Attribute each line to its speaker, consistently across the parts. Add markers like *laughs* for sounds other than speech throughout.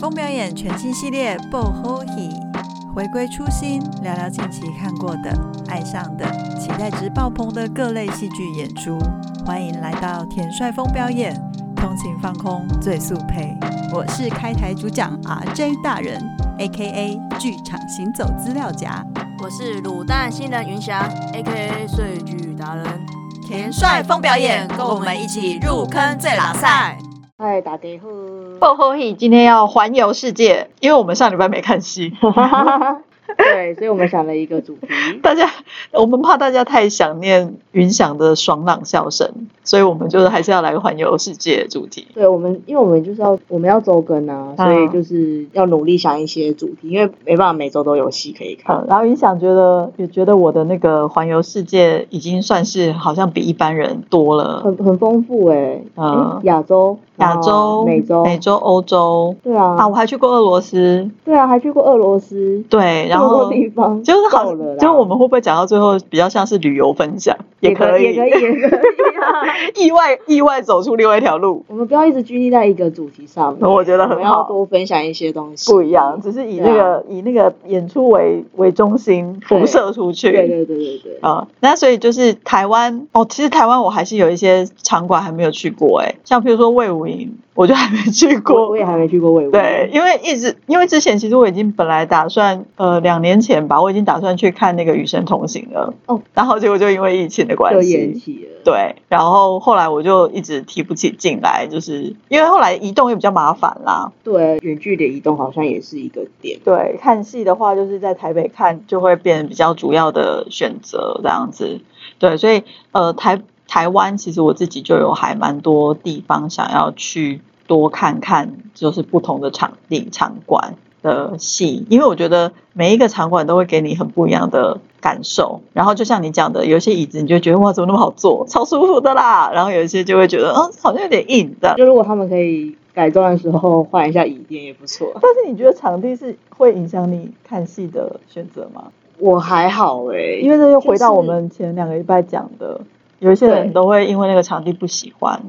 Speaker 1: 风表演全新系列《爆吼戏》，回归初心，聊聊近期看过的、爱上的、期待值爆棚的各类戏剧演出。欢迎来到田帅风表演，通勤放空最速配。我是开台主讲 RJ 大人，A.K.A 剧场行走资料夹。
Speaker 2: 我是卤蛋新人云霞，A.K.A 睡剧达人。
Speaker 1: 田帅风表演，跟我们一起入坑最拉赛。
Speaker 3: 嗨，大家好。
Speaker 4: *laughs* 爆后戏今天要环游世界，因为我们上礼拜没看戏， *laughs*
Speaker 3: 对，所以我们想了一个主题，
Speaker 4: 大家我们怕大家太想念云翔的爽朗笑声，所以我们就是还是要来环游世界主题。
Speaker 3: 对我们，因为我们就是要我们要周更
Speaker 4: 嗯
Speaker 3: 啊，所以就是要努力想一些主题，因为没办法每周都有戏可以看
Speaker 4: 嗯，。然后云翔觉得也觉得我的那个环游世界已经算是好像比一般人多了，
Speaker 3: 很很丰富哎、欸，
Speaker 4: 嗯
Speaker 3: 诶亚洲、
Speaker 4: 亚
Speaker 3: 然后
Speaker 4: 洲、
Speaker 3: 美洲、
Speaker 4: 美洲、欧洲
Speaker 3: 对啊，
Speaker 4: 啊，我还去过俄罗斯，
Speaker 3: 对啊，还去过俄罗斯，
Speaker 4: 对，然
Speaker 3: 这么
Speaker 4: 后
Speaker 3: 多地方，
Speaker 4: 就是好
Speaker 3: 够了，啦
Speaker 4: 就我们会不会讲到最后比较像是旅游分享，
Speaker 3: 也
Speaker 4: 可
Speaker 3: 以，也可以， *laughs* 也可以啊。
Speaker 4: *laughs* 意外意外走出另外一条路，
Speaker 3: 我们不要一直拘泥在一个主题上面，
Speaker 4: 我觉得
Speaker 3: 我
Speaker 4: 很
Speaker 3: 们要
Speaker 4: 好，
Speaker 3: 多分享一些东西，
Speaker 4: 不一样，。只是以那个、以那个演出为为中心
Speaker 3: 对
Speaker 4: 辐射出去。
Speaker 3: 对对对对对，
Speaker 4: 啊、那所以就是台湾哦，其实台湾我还是有一些场馆还没有去过哎、像譬如说魏武营，我就还没去
Speaker 3: 我
Speaker 4: 过
Speaker 3: 我。也还没去过魏武营，
Speaker 4: 对，因为一直因为之前其实我已经本来打算呃两年前吧，我已经打算去看那个《与神同行》了，
Speaker 3: 哦，
Speaker 4: 然后结果就因为疫情的关
Speaker 3: 就
Speaker 4: 系，
Speaker 3: 延期了。
Speaker 4: 对，然后后来我就一直提不起劲来，就是因为后来移动也比较麻烦啦。
Speaker 3: 对，远距离移动好像也是一个点。
Speaker 4: 对，看戏的话就是在台北看，就会变比较主要的选择这样子。对，所以呃，台台湾其实我自己就有还蛮多地方想要去多看看，就是不同的场地场馆的戏，因为我觉得每一个场馆都会给你很不一样的感受。然后就像你讲的，有一些椅子你就觉得哇，怎么那么好坐，超舒服的啦。然后有一些就会觉得嗯，好像有点硬的。
Speaker 3: 就如果他们可以改装的时候换一下椅垫也不错。
Speaker 4: 但是你觉得场地是会影响你看戏的选择吗？
Speaker 3: 我还好哎、
Speaker 4: 因
Speaker 3: 为
Speaker 4: 为这就回到我们前两个礼拜讲的，有一些人都会因为那个场地不喜欢，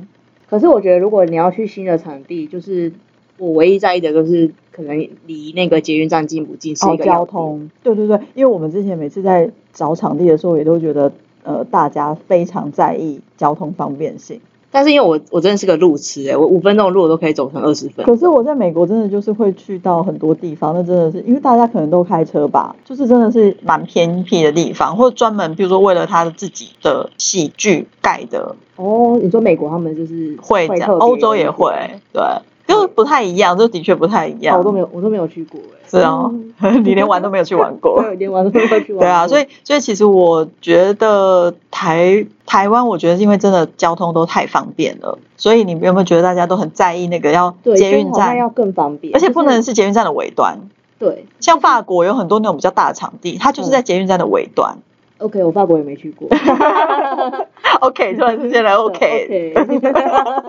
Speaker 3: 可是我觉得如果你要去新的场地，就是我唯一在意的就是可能离那个捷运站近不近是一个、
Speaker 4: 交。通，对对对，因为我们之前每次在找场地的时候，也都觉得呃大家非常在意交通方便性，
Speaker 3: 但是因为我我真的是个路痴哎、我五分钟的路我都可以走成二十分钟。
Speaker 4: 可是我在美国真的就是会去到很多地方，那真的是因为大家可能都开车吧，就是真的是蛮偏僻的地方，或者专门比如说为了他的自己的喜剧盖的
Speaker 3: 哦，你说美国他们就是
Speaker 4: 会这
Speaker 3: 特
Speaker 4: 样，
Speaker 3: 别
Speaker 4: 欧洲也会，对，就是不太一样，就的确不太一
Speaker 3: 哦
Speaker 4: 样。
Speaker 3: 我都没有我都没有去过哎、
Speaker 4: 是哦， *laughs* 你连玩都没有去玩过。
Speaker 3: 对，连玩都没有去玩过。
Speaker 4: *laughs* 对啊，所
Speaker 3: 以
Speaker 4: 以所以其实我觉得台台湾，我觉得因为真的交通都太方便了，所以你们有没有觉得大家都很在意那个要
Speaker 3: 对
Speaker 4: 捷
Speaker 3: 就是
Speaker 4: 运
Speaker 3: 好像
Speaker 4: 站，
Speaker 3: 要更方便，
Speaker 4: 而且不能
Speaker 3: 就是
Speaker 4: 捷运站的尾端。
Speaker 3: 对。
Speaker 4: 像法国有很多那种比较大的场地，它就是在捷运站的尾端。
Speaker 3: OK，我法国也没去过。
Speaker 4: OK，突然出现了 *laughs* OK， *laughs*
Speaker 3: OK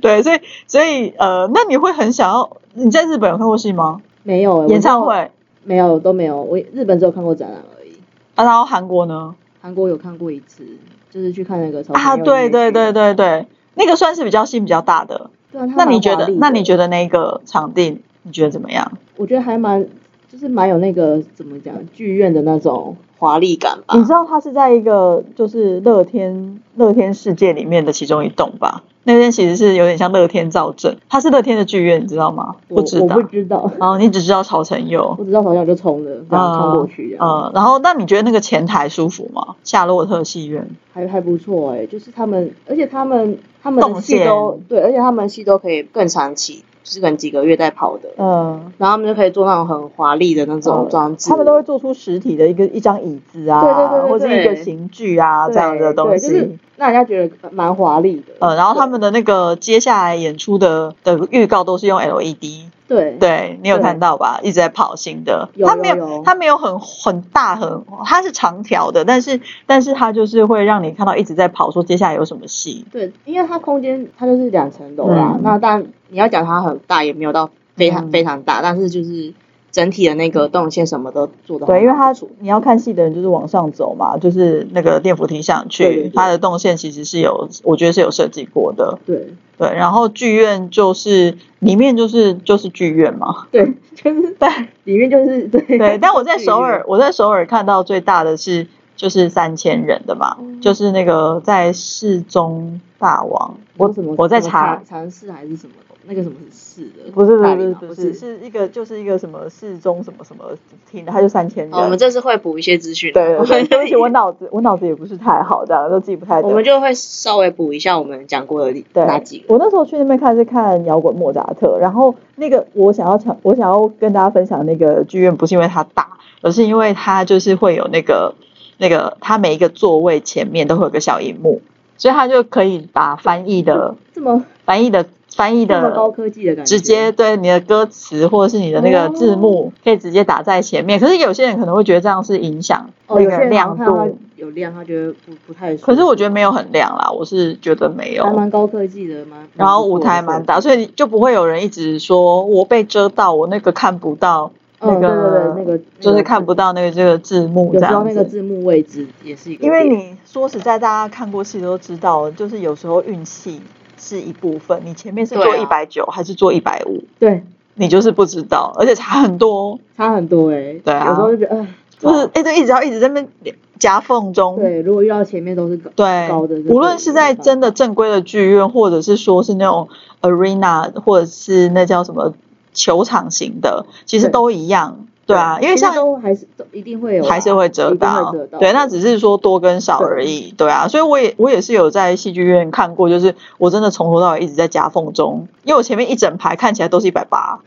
Speaker 4: 对，所以所以呃，那你会很想要？你在日本有看过戏吗？
Speaker 3: 没有、欸、
Speaker 4: 演唱
Speaker 3: 我没有
Speaker 4: 会
Speaker 3: 没有都没有，我日本只有看过展览而已，
Speaker 4: 啊，然后韩国呢？
Speaker 3: 韩国有看过一次，就是去看那个超
Speaker 4: 啊，对对对
Speaker 3: 对，
Speaker 4: 对对，那个算是比较新比较大的。
Speaker 3: 对啊、
Speaker 4: 那你觉得？那你觉
Speaker 3: 得？
Speaker 4: 得那个场地你觉得怎么样？
Speaker 3: 我觉得还蛮，就是蛮有那个怎么讲，剧院的那种华丽感吧
Speaker 4: 你。知道它是在一个就是乐天乐天世界里面的其中一栋吧？那边其实是有点像乐天造镇，它是乐天的剧院，你知道吗？
Speaker 3: 我
Speaker 4: 知
Speaker 3: 我
Speaker 4: 道
Speaker 3: 不。知道， *laughs*
Speaker 4: 然后你只知道曹承佑
Speaker 3: 我，只知道好像我就冲了，这样
Speaker 4: 嗯
Speaker 3: 冲过去这样，
Speaker 4: 呃，然后那你觉得那个前台舒服吗？夏洛特戏院，
Speaker 3: 还还不错哎、就是他们，而且他们他们的
Speaker 4: 动
Speaker 3: 戏
Speaker 4: 线
Speaker 3: 都对，而且他们戏都可以更长期，就是可能几个月在跑的。
Speaker 4: 嗯，
Speaker 3: 然后他们就可以做那种很华丽的那种装置，
Speaker 4: 他们都会做出实体的一个一张椅子啊，
Speaker 3: 对对对对
Speaker 4: 或者是一个
Speaker 3: 对
Speaker 4: 刑具啊
Speaker 3: 对
Speaker 4: 这样的东西。
Speaker 3: 对就是让人家觉得蛮华丽的。
Speaker 4: 呃，然后他们的那个接下来演出的的预告都是用 E LED，
Speaker 3: 对
Speaker 4: 对你有
Speaker 3: 对
Speaker 4: 看到吧？一直在跑新的，
Speaker 3: 有
Speaker 4: 它
Speaker 3: 有
Speaker 4: 没有
Speaker 3: 有
Speaker 4: 它没有很很大很，它是长条的，但是但是它就是会让你看到一直在跑，说接下来有什么戏。
Speaker 3: 对，因为它空间它就是两层楼啦，
Speaker 4: 嗯
Speaker 3: 那但你要讲它很大也没有到非常、
Speaker 4: 嗯
Speaker 3: 非常大，但是就是整体的那个动线什么都做的
Speaker 4: 对，因为它你要看戏的人就是往上走嘛，就是那个电扶梯上去，
Speaker 3: 对对对
Speaker 4: 它的动线其实是有，我觉得是有设计过的。
Speaker 3: 对
Speaker 4: 对，然后剧院就是里面就是就是剧院嘛，
Speaker 3: 对，就是在里面就是对
Speaker 4: 对。但我在首尔，我在首尔看到最大的是就是三千人的嘛，就是那个在市中大王，
Speaker 3: 我什么
Speaker 4: 我在
Speaker 3: 什么
Speaker 4: 查
Speaker 3: 长市还是什么那个什么市的，
Speaker 4: 不是不
Speaker 3: 大
Speaker 4: 是
Speaker 3: 理吗
Speaker 4: 不
Speaker 3: 不
Speaker 4: 是哦是一个就是一个什么市中什么什么厅的，它就三千人。
Speaker 3: 哦我们这次会补一些资讯啊，
Speaker 4: 对对对，对不起，我脑子我脑子也不是太好，这样都记不太得。
Speaker 3: 我们就会稍微补一下我们讲过的
Speaker 4: 对
Speaker 3: 那几个。
Speaker 4: 我那时候去那边看是看摇滚莫扎特，然后那个我想要讲，我想要跟大家分享那个剧院，不是因为它大，而是因为它就是会有那个那个，它每一个座位前面都会有个小荧幕，所以它就可以把翻译的
Speaker 3: 这么
Speaker 4: 翻译的翻译
Speaker 3: 这么高
Speaker 4: 的。
Speaker 3: 科技的感觉，哦
Speaker 4: 直接对你的歌词或者是你的那个字幕，可以直接打在前面。可是有些人可能会觉得这样是影响
Speaker 3: 哦，
Speaker 4: 那
Speaker 3: 有些
Speaker 4: 个
Speaker 3: 人好
Speaker 4: 亮
Speaker 3: 像看到
Speaker 4: 度
Speaker 3: 它，有亮，他觉得不不太舒服。
Speaker 4: 可是我觉得没有很亮啦，我是觉得没有。
Speaker 3: 还蛮高科技的，蛮
Speaker 4: 然后舞台蛮大，所以就不会有人一直说我被遮到，我那个看不到，
Speaker 3: 嗯
Speaker 4: 那个
Speaker 3: 对对对那个
Speaker 4: 就是看不到那个这个字幕
Speaker 3: 嗯有时
Speaker 4: 这
Speaker 3: 候
Speaker 4: 样
Speaker 3: 那个
Speaker 4: 子。
Speaker 3: 字幕位置也是一个
Speaker 4: 因
Speaker 3: 点，
Speaker 4: 为你说实在，大家看过戏都知道，就是有时候运气是一部分，你前面是做
Speaker 3: 对
Speaker 4: 一
Speaker 3: 啊
Speaker 4: 百九还是做一百五，
Speaker 3: 对
Speaker 4: 你就是不知道，而且差很多。哦
Speaker 3: 差很多哎，
Speaker 4: 对啊
Speaker 3: 有时候就觉得哎，
Speaker 4: 就是哎，对，一直要一直在那边夹缝中。
Speaker 3: 对，如果遇到前面都是高
Speaker 4: 对
Speaker 3: 高的，，
Speaker 4: 无论是在真的正规的剧院，或者是说是那种 arena，或者是那叫什么球场型的，其实
Speaker 3: 对
Speaker 4: 都一样，对啊，因为
Speaker 3: 其实
Speaker 4: 像
Speaker 3: 都还是都一定会有啊，
Speaker 4: 还是会
Speaker 3: 一
Speaker 4: 折
Speaker 3: 定
Speaker 4: 到，
Speaker 3: 折到
Speaker 4: 对，那只是说多跟少而已，对啊，所以我也我也是有在戏剧院看过，就是我真的从头到尾一直在夹缝中，因为我前面一整排看起来都是一百八，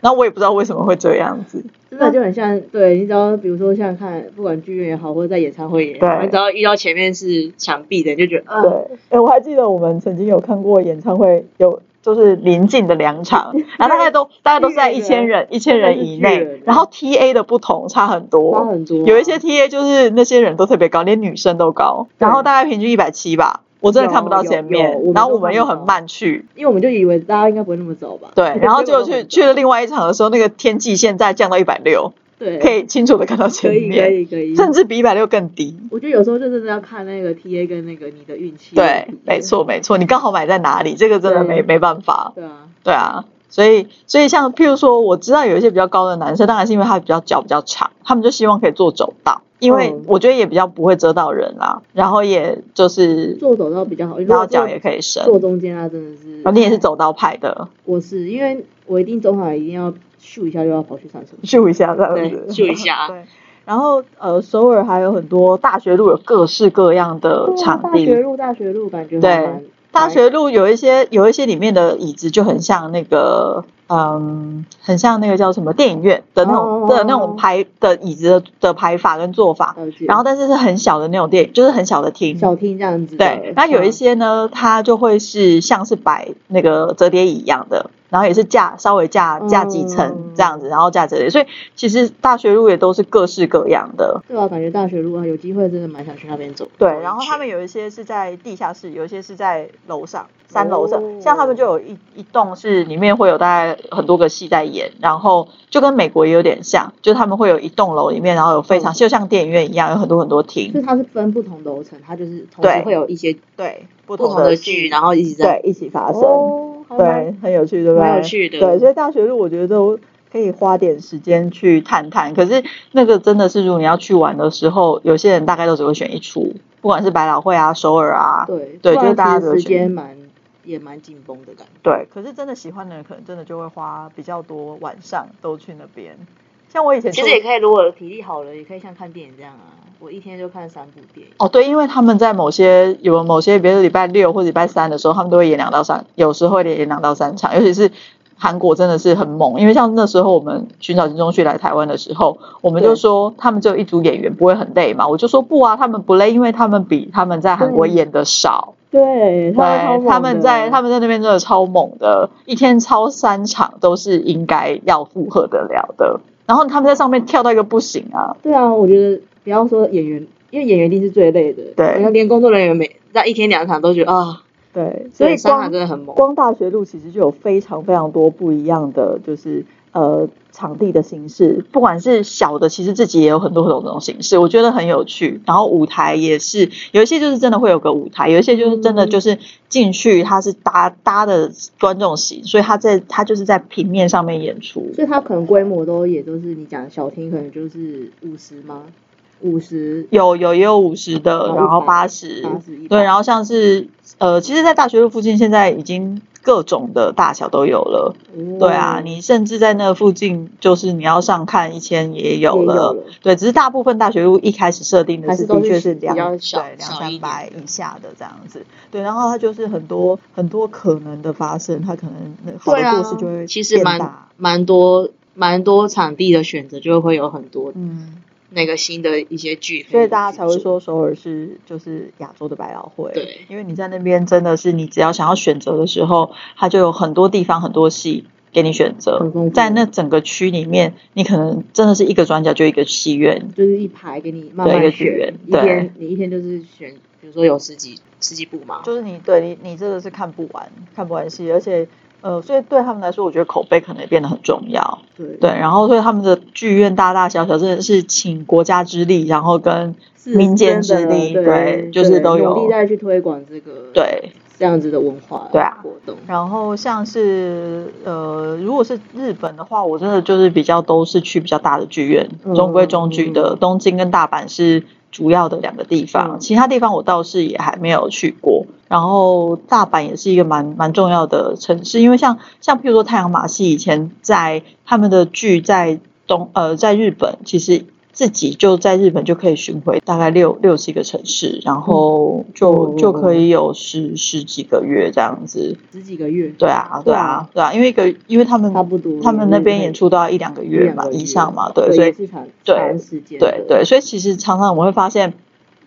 Speaker 4: 然后我也不知道为什么会这样子，
Speaker 3: 真的就很像，对你只要比如说像看不管剧院也好，或者在演唱会也好，
Speaker 4: 对
Speaker 3: 你只要遇到前面是墙壁的，你就觉得啊，
Speaker 4: 对， *laughs* 哎、我还记得我们曾经有看过演唱会，有就是临近的两
Speaker 3: *laughs*
Speaker 4: 场，然后大概都大概都是在一千人一千人以
Speaker 3: 真的是巨
Speaker 4: 内
Speaker 3: 人，
Speaker 4: 然后 TA 的不同差很多，
Speaker 3: 差很多啊
Speaker 4: 有一些 TA 就是那些人都特别高，连女生都高，
Speaker 3: 对
Speaker 4: 然后大概平均一百七吧，我真的看不到前
Speaker 3: 有
Speaker 4: 面
Speaker 3: 有有，
Speaker 4: 然后我
Speaker 3: 我们
Speaker 4: 们
Speaker 3: 都
Speaker 4: 又
Speaker 3: 看不
Speaker 4: 很慢去。
Speaker 3: 因为我们就以为大家应该不会那么早吧，
Speaker 4: 对，然
Speaker 3: *laughs*
Speaker 4: 后就去去了
Speaker 3: 另
Speaker 4: 另外一场的时候，那个天际线再降到一百六，
Speaker 3: 对，
Speaker 4: 可以清楚的看到前
Speaker 3: 可以可
Speaker 4: 面，
Speaker 3: 以可以，
Speaker 4: 甚至比一百六更低。
Speaker 3: 我觉得有时候就真的要看那个 TA 跟那个你的运气，啊
Speaker 4: 对，没，错没错，你刚好买在哪里，这个真的没
Speaker 3: 对
Speaker 4: 没办法。
Speaker 3: 对啊，
Speaker 4: 对啊，所以所以像譬如说，我知道有一些比较高的男生，当然是因为他比较脚比较长，他们就希望可以做走道，因为
Speaker 3: 嗯
Speaker 4: 我觉得也比较不会遮到人啦、然后也就是
Speaker 3: 坐走道比较好，因为
Speaker 4: 然后
Speaker 3: 如果
Speaker 4: 脚也可以伸。
Speaker 3: 坐中间啊，真的是，
Speaker 4: 哦，你也是走道派的，
Speaker 3: 我是因为我一定中场一定要咻一下就要跑去上厕所，
Speaker 4: 秀一下这样子，
Speaker 3: 对秀一 *laughs*
Speaker 4: *laughs*
Speaker 3: 下啊
Speaker 4: 对，然后呃，首尔还有很多大学路有各式各样的场
Speaker 3: 大
Speaker 4: 地，
Speaker 3: 学路大学路感觉
Speaker 4: 对
Speaker 3: 还蛮
Speaker 4: 大学路有一些有一些里面的椅子就很像那个，嗯，很像那个叫什么电影院的那种、
Speaker 3: 哦
Speaker 4: 的那种排的椅子的的排法跟做法，
Speaker 3: 了解
Speaker 4: 然后但是是很小的那种电影，就是很小的厅。
Speaker 3: 小厅这样子的，啊
Speaker 4: 对，那有一些呢，它就会是像是摆那个折叠椅一样的，然后也是架稍微架架几层
Speaker 3: 嗯
Speaker 4: 这样子，然后架折叠，所以其实大学路也都是各式各样的。
Speaker 3: 对啊，感觉大学路啊，有机会真的蛮想去那边走。
Speaker 4: 对，然后他们有一些是在地下室，有一些是在楼上，三楼上。
Speaker 3: 哦
Speaker 4: 像他们就有一一栋是里面会有大概很多个戏在演，然后就跟美国也有点像，就他们会有一栋楼里面，然后有非常、就像电影院一样，有很多很多
Speaker 3: 就
Speaker 4: 厅，
Speaker 3: 它是分不同楼层，它就是同时
Speaker 4: 对
Speaker 3: 会有一些
Speaker 4: 对，不
Speaker 3: 不
Speaker 4: 同
Speaker 3: 同的
Speaker 4: 戏
Speaker 3: 剧，然后一起在
Speaker 4: 对一起发生，
Speaker 3: 哦，好吧
Speaker 4: 对，很有趣，对不对？
Speaker 3: 蛮有趣的
Speaker 4: 对，所以大学路我觉得都可以花点时间去探探。可是那个真的是，如果你要去玩的时候，有些人大概都只会选一出，不管是百老汇啊、首尔啊，
Speaker 3: 对
Speaker 4: 对
Speaker 3: 不然
Speaker 4: 就是大家
Speaker 3: 其
Speaker 4: 都
Speaker 3: 实
Speaker 4: 有
Speaker 3: 时
Speaker 4: 选
Speaker 3: 间蛮也蛮紧绷的感觉。
Speaker 4: 对，可是真的喜欢的人，可能真的就会花比较多晚上都去那边。像我以前
Speaker 3: 其
Speaker 4: 住
Speaker 3: 实也可以，如果体力好了，也可以像看电影这样啊，我一天就看三部电影。
Speaker 4: 哦，对，因为他们在某些有某些，比如说礼拜六或者礼拜三的时候，他们都会演两到三，有时候会演两到三场，尤其是。韩国真的是很猛，因为像那时候我们寻找金钟旭来台湾的时候，我们就
Speaker 3: 对
Speaker 4: 说他们只有一组演员，不会很累嘛？我就说不啊，他们不累，因为他们比他们在韩国
Speaker 3: 对
Speaker 4: 演的少，
Speaker 3: 对，
Speaker 4: 对，他们在他们在那边真的超猛的，一天超三场都是应该要负荷得了的。然后他们在上面跳到一个不行啊，
Speaker 3: 对啊，我觉得不要说演员，因为演员一定是最累的。
Speaker 4: 对
Speaker 3: 好像连工作人员每在一天两场都觉得啊，
Speaker 4: 对，所
Speaker 3: 所以
Speaker 4: 以
Speaker 3: 三场
Speaker 4: 光
Speaker 3: 真的很猛。
Speaker 4: 光大学路其实就有非常非常多不一样的，就是呃场地的形式，不管是小的，其实自己也有很多很多种形式，我觉得很有趣。然后舞台也是有一些就是真的会有个舞台，有一些就是真的就是进去它是搭搭的观众席，所以它在它就是在平面上面演出。
Speaker 3: 所以它可能规模都也都是你讲小厅，可能就是五十吗？五十
Speaker 4: 有有也有五十的，
Speaker 3: 哦
Speaker 4: 然后
Speaker 3: 100
Speaker 4: 八十，
Speaker 3: 80
Speaker 4: 对，然啊后像是呃，其实，在大学路附近现在已经各种的大小都有了。
Speaker 3: 哦
Speaker 4: 对啊，
Speaker 3: 嗯
Speaker 4: 你甚至在那附近，就是你要上看一千
Speaker 3: 也
Speaker 4: 也有
Speaker 3: 有
Speaker 4: 了
Speaker 3: 了。
Speaker 4: 对，只是大部分大学路一开始设定的
Speaker 3: 还是
Speaker 4: 的
Speaker 3: 都是
Speaker 4: 确是
Speaker 3: 比
Speaker 4: 两
Speaker 3: 较
Speaker 4: 对
Speaker 3: 小
Speaker 4: 两
Speaker 5: 小一
Speaker 4: 三
Speaker 5: 点
Speaker 4: 百以下的这样子。对，然后它就是很多很多可能的发生，它可能那好
Speaker 3: 对啊
Speaker 4: 的故事就会
Speaker 3: 其实
Speaker 4: 变
Speaker 3: 蛮
Speaker 4: 大
Speaker 3: 蛮多蛮多场地的选择，就会有很多
Speaker 4: 嗯，
Speaker 3: 那个新的一些剧，
Speaker 4: 所以大家才会。说首尔是就是亚洲的百老汇。
Speaker 3: 对
Speaker 4: 因为你在那边真的是你只要想要选择的时候，它就有很多地方很多戏给你选择
Speaker 3: 很丰。富
Speaker 4: 呃在那整个区里面，你可能真的是一个转角就一个戏院，
Speaker 3: 就是一排给你慢
Speaker 4: 对一个
Speaker 3: 慢
Speaker 4: 剧
Speaker 3: 选
Speaker 4: 院，
Speaker 3: 一
Speaker 4: 对
Speaker 3: 天你一天就是选，比如说有十几十几部嘛，
Speaker 4: 就是你对你你这个是看不完，看不完戏，而且呃，所以对他们来说，我觉得口碑可能也变得很重要。
Speaker 3: 对
Speaker 4: 对，然后所以他们的剧院大大小小真的是请国家之力，然后跟
Speaker 3: 是
Speaker 4: 民间
Speaker 3: 真
Speaker 4: 之
Speaker 3: 的
Speaker 4: 力，
Speaker 3: 对
Speaker 4: 就是都
Speaker 3: 努力
Speaker 4: 有。
Speaker 3: 在去推广这个
Speaker 4: 对，
Speaker 3: 这样子的文化
Speaker 4: 对啊
Speaker 3: 活动，
Speaker 4: 然后像是呃，如果是日本的话，我真的就是比较都是去比较大的剧院，
Speaker 3: 嗯
Speaker 4: 中规中矩的。
Speaker 3: 嗯
Speaker 4: 东京跟大阪是主要的两个地方，
Speaker 3: 嗯
Speaker 4: 其他地方我倒是也还没有去过。然后大阪也是一个蛮蛮重要的城市，因为像像譬如说太阳马戏以前在他们的剧在东呃在日本其实。自己就在日本就可以巡回大概六六七个城市，然后就、
Speaker 3: 哦
Speaker 4: 就可以有十十几个月这样子。
Speaker 3: 十几个月，
Speaker 4: 对啊，
Speaker 3: 对
Speaker 4: 对
Speaker 3: 啊
Speaker 4: 啊，对啊，因为一个，因为他们
Speaker 3: 差不多
Speaker 4: 他们那边
Speaker 3: 对
Speaker 4: 演出都要一两个
Speaker 3: 一
Speaker 4: 月
Speaker 3: 两
Speaker 4: 嘛
Speaker 3: 个月
Speaker 4: 以上嘛，对，
Speaker 3: 对，
Speaker 4: 所
Speaker 3: 也
Speaker 4: 以
Speaker 3: 是长
Speaker 4: 对
Speaker 3: 长时间的，
Speaker 4: 对对，所以其实常常我们会发现，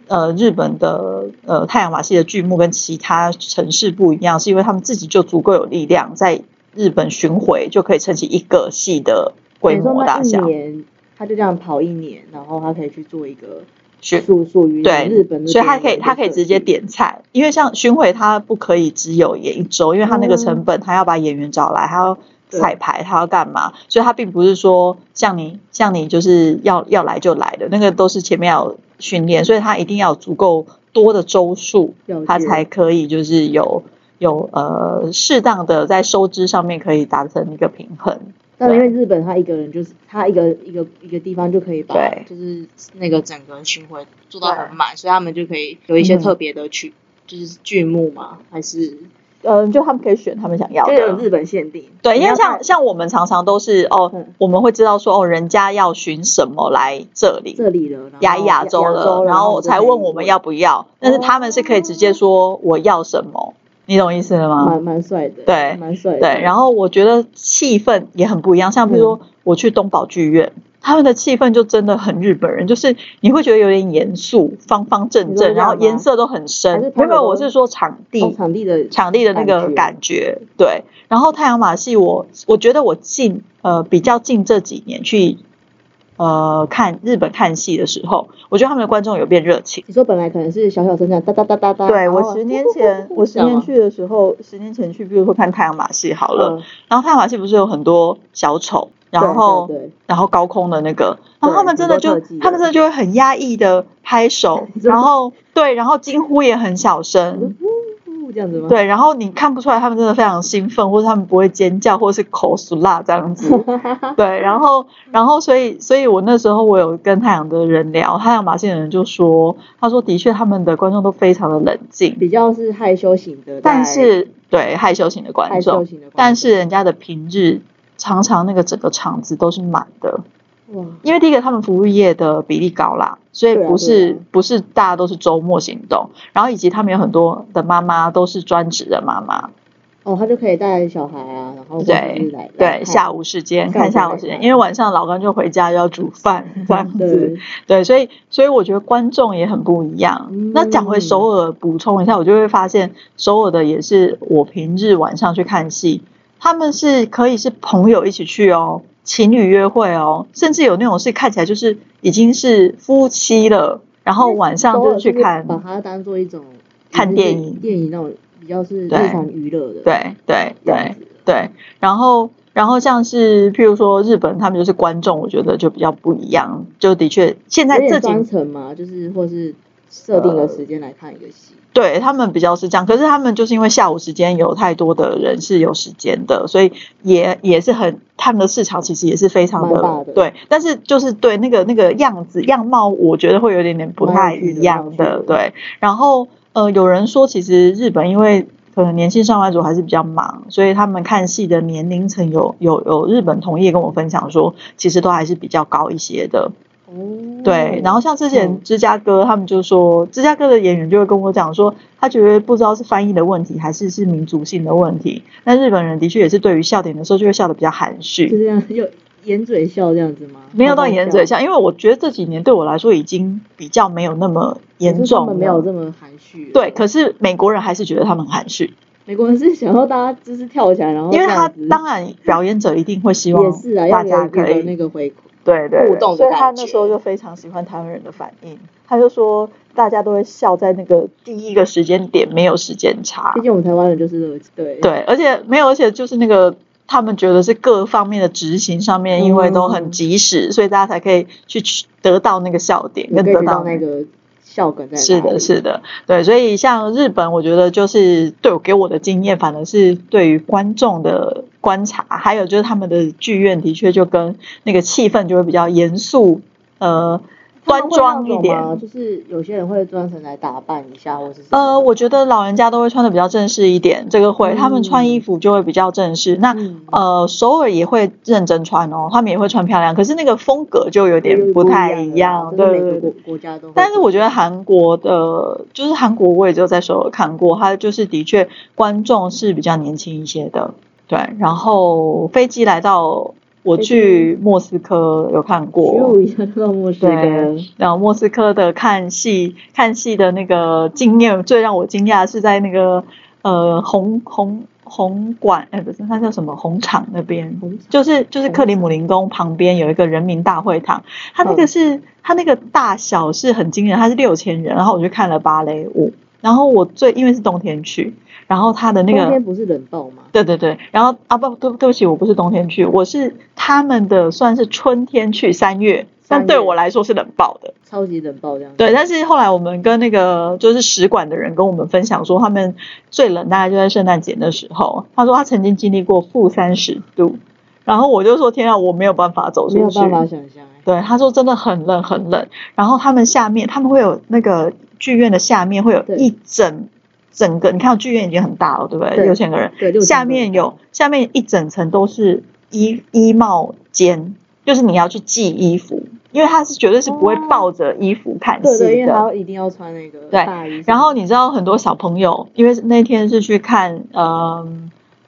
Speaker 4: 呃，日本的呃太阳马戏的剧目跟其他城市不一样，是因为他们自己就足够有力量，在日本巡回就可以撑起一个戏的规
Speaker 3: 等于说
Speaker 4: 模
Speaker 3: 那
Speaker 4: 大小
Speaker 3: 一。年他就这样跑一年，然后他可以去做一个
Speaker 4: 巡
Speaker 3: 属属于
Speaker 4: 对，
Speaker 3: 日本那边的一个设计，
Speaker 4: 所以他可以他可以直接点菜，因为像巡回他不可以只有演一周，因为他那个成本，他要把演员找来，他要
Speaker 3: 对
Speaker 4: 彩排，他要干嘛，所以他并不是说像你像你就是要要来就来的，那个都是前面要有训练，所以他一定要有足够多的周数
Speaker 3: 了解，
Speaker 4: 他才可以就是有。有呃适当的在收支上面可以达成一个平衡，
Speaker 3: 但因为日本他一个人就是他一个一个一个地方就可以把
Speaker 4: 对
Speaker 3: 就是那个整个巡回做到很满，所以他们就可以有一些
Speaker 4: 嗯
Speaker 3: 特别的剧，就是剧目嘛，还是
Speaker 4: 嗯、就他们可以选他们想要
Speaker 3: 就
Speaker 4: 的，
Speaker 3: 有日本限定。
Speaker 4: 对，
Speaker 3: 你
Speaker 4: 因为
Speaker 3: 要
Speaker 4: 像
Speaker 3: 看
Speaker 4: 像我们常常都是哦，
Speaker 3: 嗯
Speaker 4: 我们会知道说哦，人家要寻什么来这里，
Speaker 3: 这里哦了，
Speaker 4: 亚
Speaker 3: 然后
Speaker 4: 亚洲了，然后才问我们要，不
Speaker 3: 哦
Speaker 4: 要。但是他们是可以直接说我要什么，你懂意思了
Speaker 3: 然后
Speaker 4: 吗？
Speaker 3: 蛮蛮帅的，
Speaker 4: 对
Speaker 3: 蛮帅的，
Speaker 4: 对，然
Speaker 3: 后
Speaker 4: 后我觉得气氛也很不一样，像比如说
Speaker 3: 嗯
Speaker 4: 我去东宝剧院。他们的气氛就真的很日本人，就是你会觉得有点严肃、方方正
Speaker 3: 你说这
Speaker 4: 正，
Speaker 3: 样
Speaker 4: 然后
Speaker 3: 吗
Speaker 4: 颜色都很
Speaker 3: 还是
Speaker 4: 深。
Speaker 3: 他们
Speaker 4: 没有，
Speaker 3: 都哦
Speaker 4: 我是说场地，
Speaker 3: 场地的
Speaker 4: 场地的那个
Speaker 3: 感
Speaker 4: 感觉，对。然后太阳马戏我，我觉得我近呃比较近这几年去呃看日本看戏的时候，我觉得他们的观众有变热情。
Speaker 3: 你说本来可能是小小声响，哒哒哒哒哒，
Speaker 4: 对
Speaker 3: 然后
Speaker 4: 我十年前， *laughs* 我十年，去的时候，十年前去，比如说看太阳马戏好了，
Speaker 3: 嗯
Speaker 4: 然后太阳马戏不是有很多小丑，然后
Speaker 3: 对对对
Speaker 4: 然后高空的那个，然后他们真的就
Speaker 3: 很多特技的，
Speaker 4: 他们真的就会很压抑的拍 *laughs* 手
Speaker 3: 真的
Speaker 4: 然后对，然后惊呼也很小声，
Speaker 3: 呜这样子吗？
Speaker 4: 对，然后你看不出来他们真的非常兴奋，或者他们不会尖叫，或是口水辣这样
Speaker 3: *laughs*
Speaker 4: 子。对，然后，然后，所以，所以我那时候我有跟太阳的人聊，太阳马戏的人就说，他说的确他们的观众都非常的冷静，
Speaker 3: 比较是害羞型的，
Speaker 4: 但
Speaker 3: 在
Speaker 4: 是对害羞型的观
Speaker 3: 害羞
Speaker 4: 众，
Speaker 3: 型的观众，
Speaker 4: 但是人家的平日常常那个整个场子都是满的，
Speaker 3: 哇，
Speaker 4: 因为第一个他们服务业的比例高啦，所以
Speaker 3: 对啊
Speaker 4: 不是、
Speaker 3: 对啊
Speaker 4: 不是大家都是周末行动，然后以及他们有很多的妈妈都是专职的妈妈。
Speaker 3: 哦，他就可以带小孩啊，然后或者是来
Speaker 4: 对嗯对，下
Speaker 3: 午
Speaker 4: 午时
Speaker 3: 下
Speaker 4: 间
Speaker 3: 午
Speaker 4: 看下
Speaker 3: 再
Speaker 4: 午
Speaker 3: 来
Speaker 4: 时间，
Speaker 3: 看
Speaker 4: 因为晚上老公就回家要煮饭这样子。
Speaker 3: 对，
Speaker 4: 对，所以所以我觉得观众也很不一样。那讲回首尔，补充一下，我就会发现首尔的也是我平日晚上去看戏，他们是可以是朋友一起去哦，情侣约会哦，甚至有那种是看起来就是已经是夫妻了，然后晚上就去看。
Speaker 3: 把它当做一种
Speaker 4: 看
Speaker 3: 就是
Speaker 4: 电影
Speaker 3: 电影那种比较是日
Speaker 4: 对
Speaker 3: 常娱乐的，
Speaker 4: 对对对
Speaker 3: 样子，
Speaker 4: 对，然后然后像是譬如说日本，他们就是观众，我觉得就比较不一样，就的确现在
Speaker 3: 有
Speaker 4: 这
Speaker 3: 点
Speaker 4: 几
Speaker 3: 专程嘛，就是或是设定个时间来看一个戏。
Speaker 4: 对他们比较是这样，可是他们就是因为下午时间有太多的人是有时间的，所以也也是很他们的市场其实也是非常
Speaker 3: 蛮大的
Speaker 4: 对，但是就是对那个那个样子样貌，我觉得会有点点不太一样
Speaker 3: 蛮有
Speaker 4: 的，
Speaker 3: 趣的
Speaker 4: 对。然后呃，有人说其实日本因为可能年轻上班族还是比较忙，所以他们看戏的年龄层有有有日本同业跟我分享说，其实都还是比较高一些的，
Speaker 3: 哦，
Speaker 4: 对，然后像之前
Speaker 3: 嗯
Speaker 4: 芝加哥，他们就说芝加哥的演员就会跟我讲说，他觉得不知道是翻译的问题，还是是民族性的问题。那日本人的确也是对于笑点的时候就会笑得比较含
Speaker 3: 就
Speaker 4: 蓄，
Speaker 3: 这样，就掩嘴笑这样子吗？
Speaker 4: 没有到掩嘴
Speaker 3: 笑，
Speaker 4: 笑，因为我觉得这几年对我来说已经比较没有那么严
Speaker 3: 就是他
Speaker 4: 重
Speaker 3: 们
Speaker 4: 了，
Speaker 3: 没有这么含蓄。
Speaker 4: 对，可是美国人还是觉得他们很含蓄，
Speaker 3: 美国人是想要大家就是跳起来，然后
Speaker 4: 因为
Speaker 3: 哦这
Speaker 4: 他
Speaker 3: 样子
Speaker 4: 当然表演者一定会希
Speaker 3: 也
Speaker 4: 望
Speaker 3: 是啊，
Speaker 4: 大
Speaker 3: 要
Speaker 4: 家
Speaker 3: 有
Speaker 4: 可
Speaker 3: 有
Speaker 4: 以
Speaker 3: 那个回馈。
Speaker 4: 对对
Speaker 3: 互动的
Speaker 4: 所以他
Speaker 3: 感
Speaker 4: 那
Speaker 3: 觉
Speaker 4: 时候就非常喜欢台湾人的反应，他就说大家都会笑在那个第一个时间点没有时间差
Speaker 3: 毕，竟我们台湾人就是热情对
Speaker 4: 对，而且没有，而且就是那个他们觉得是各方面的执行上面，因为都很
Speaker 3: 嗯
Speaker 4: 及时，所以大家才可以去取得到那个笑点，
Speaker 3: 你
Speaker 4: 跟
Speaker 3: 可以
Speaker 4: 得
Speaker 3: 知
Speaker 4: 到
Speaker 3: 道那。个笑梗在哪
Speaker 4: 是的，
Speaker 3: 里
Speaker 4: 是的，对，所以像日本，我觉得就是对我给我的经验，反而是对于观众的观察，还有就是他们的剧院的确就跟那个气氛就会比较严肃，呃，
Speaker 3: 他们会
Speaker 4: 端庄
Speaker 3: 那
Speaker 4: 一
Speaker 3: 种
Speaker 4: 点。
Speaker 3: 吗就是有些人会专程来打扮一下，或是什么
Speaker 4: 呃，我觉得老人家都会穿的比较正式一点，这个会，他们穿衣服就会比较正式。那
Speaker 3: 嗯
Speaker 4: 呃，首尔也会认真穿哦，他们也会穿漂亮，可是那个风格就有
Speaker 3: 这个就
Speaker 4: 点不太
Speaker 3: 一
Speaker 4: 一
Speaker 3: 样啊
Speaker 4: 样，
Speaker 3: 了啦，就是每
Speaker 4: 对
Speaker 3: 个
Speaker 4: 对对。
Speaker 3: 国国家都会。
Speaker 4: 但是我觉得韩国的，就是韩国我也就在首尔看过，它就是的确观众是比较年轻一些的，对。然后飞机来到我
Speaker 3: 飞机
Speaker 4: 去莫斯科有看过，
Speaker 3: *laughs* 虚无一下到莫斯科，
Speaker 4: 对，然后呃莫斯科的看戏看戏的那个经验，最让我惊讶的是在那个呃红红红馆，哎、不是，它叫什么红场那边，
Speaker 3: 红场
Speaker 4: 就是就是克里姆林宫旁边有一个人民大会堂，它那个
Speaker 3: 嗯
Speaker 4: 是、它那个大小是很惊人，它是六千人，然后我去看了芭蕾舞，然后我最因为是冬天去，然后它的那个
Speaker 3: 冬天不是冷爆吗？
Speaker 4: 对对对，然后啊不对对不起，我不是冬天去，我是他们的算是春天去三月，但
Speaker 3: 三
Speaker 4: 对
Speaker 3: 月
Speaker 4: 我来说是冷爆的。
Speaker 3: 超级冷爆这样。
Speaker 4: 对，但是后来我们跟那个就是使馆的人跟我们分享说，他们最冷大概就在圣诞节的时候，他说他曾经经历过负三十度，然后我就说天啊，我没有办法走出去，
Speaker 3: 没有办法想象哎。
Speaker 4: 对，他说真的很冷很冷。然后他们下面他们会有那个剧院的下面会有
Speaker 3: 对
Speaker 4: 一整整个，你看剧院已经很大了，对不对？
Speaker 3: 对
Speaker 4: 六千个人，
Speaker 3: 对6000
Speaker 4: 下
Speaker 3: 个
Speaker 4: 面
Speaker 3: 人哦
Speaker 4: 有下面一整层都是衣衣帽间，就是你要去寄衣服，因为他是绝对是不会
Speaker 3: 哦
Speaker 4: 抱着衣服
Speaker 3: *laughs*
Speaker 4: 看
Speaker 3: 对
Speaker 4: 戏的。
Speaker 3: 对，因为他一定要穿那个
Speaker 4: 对
Speaker 3: 大衣什么的。
Speaker 4: 然后你知道很多小朋友，因为那天是去看，嗯、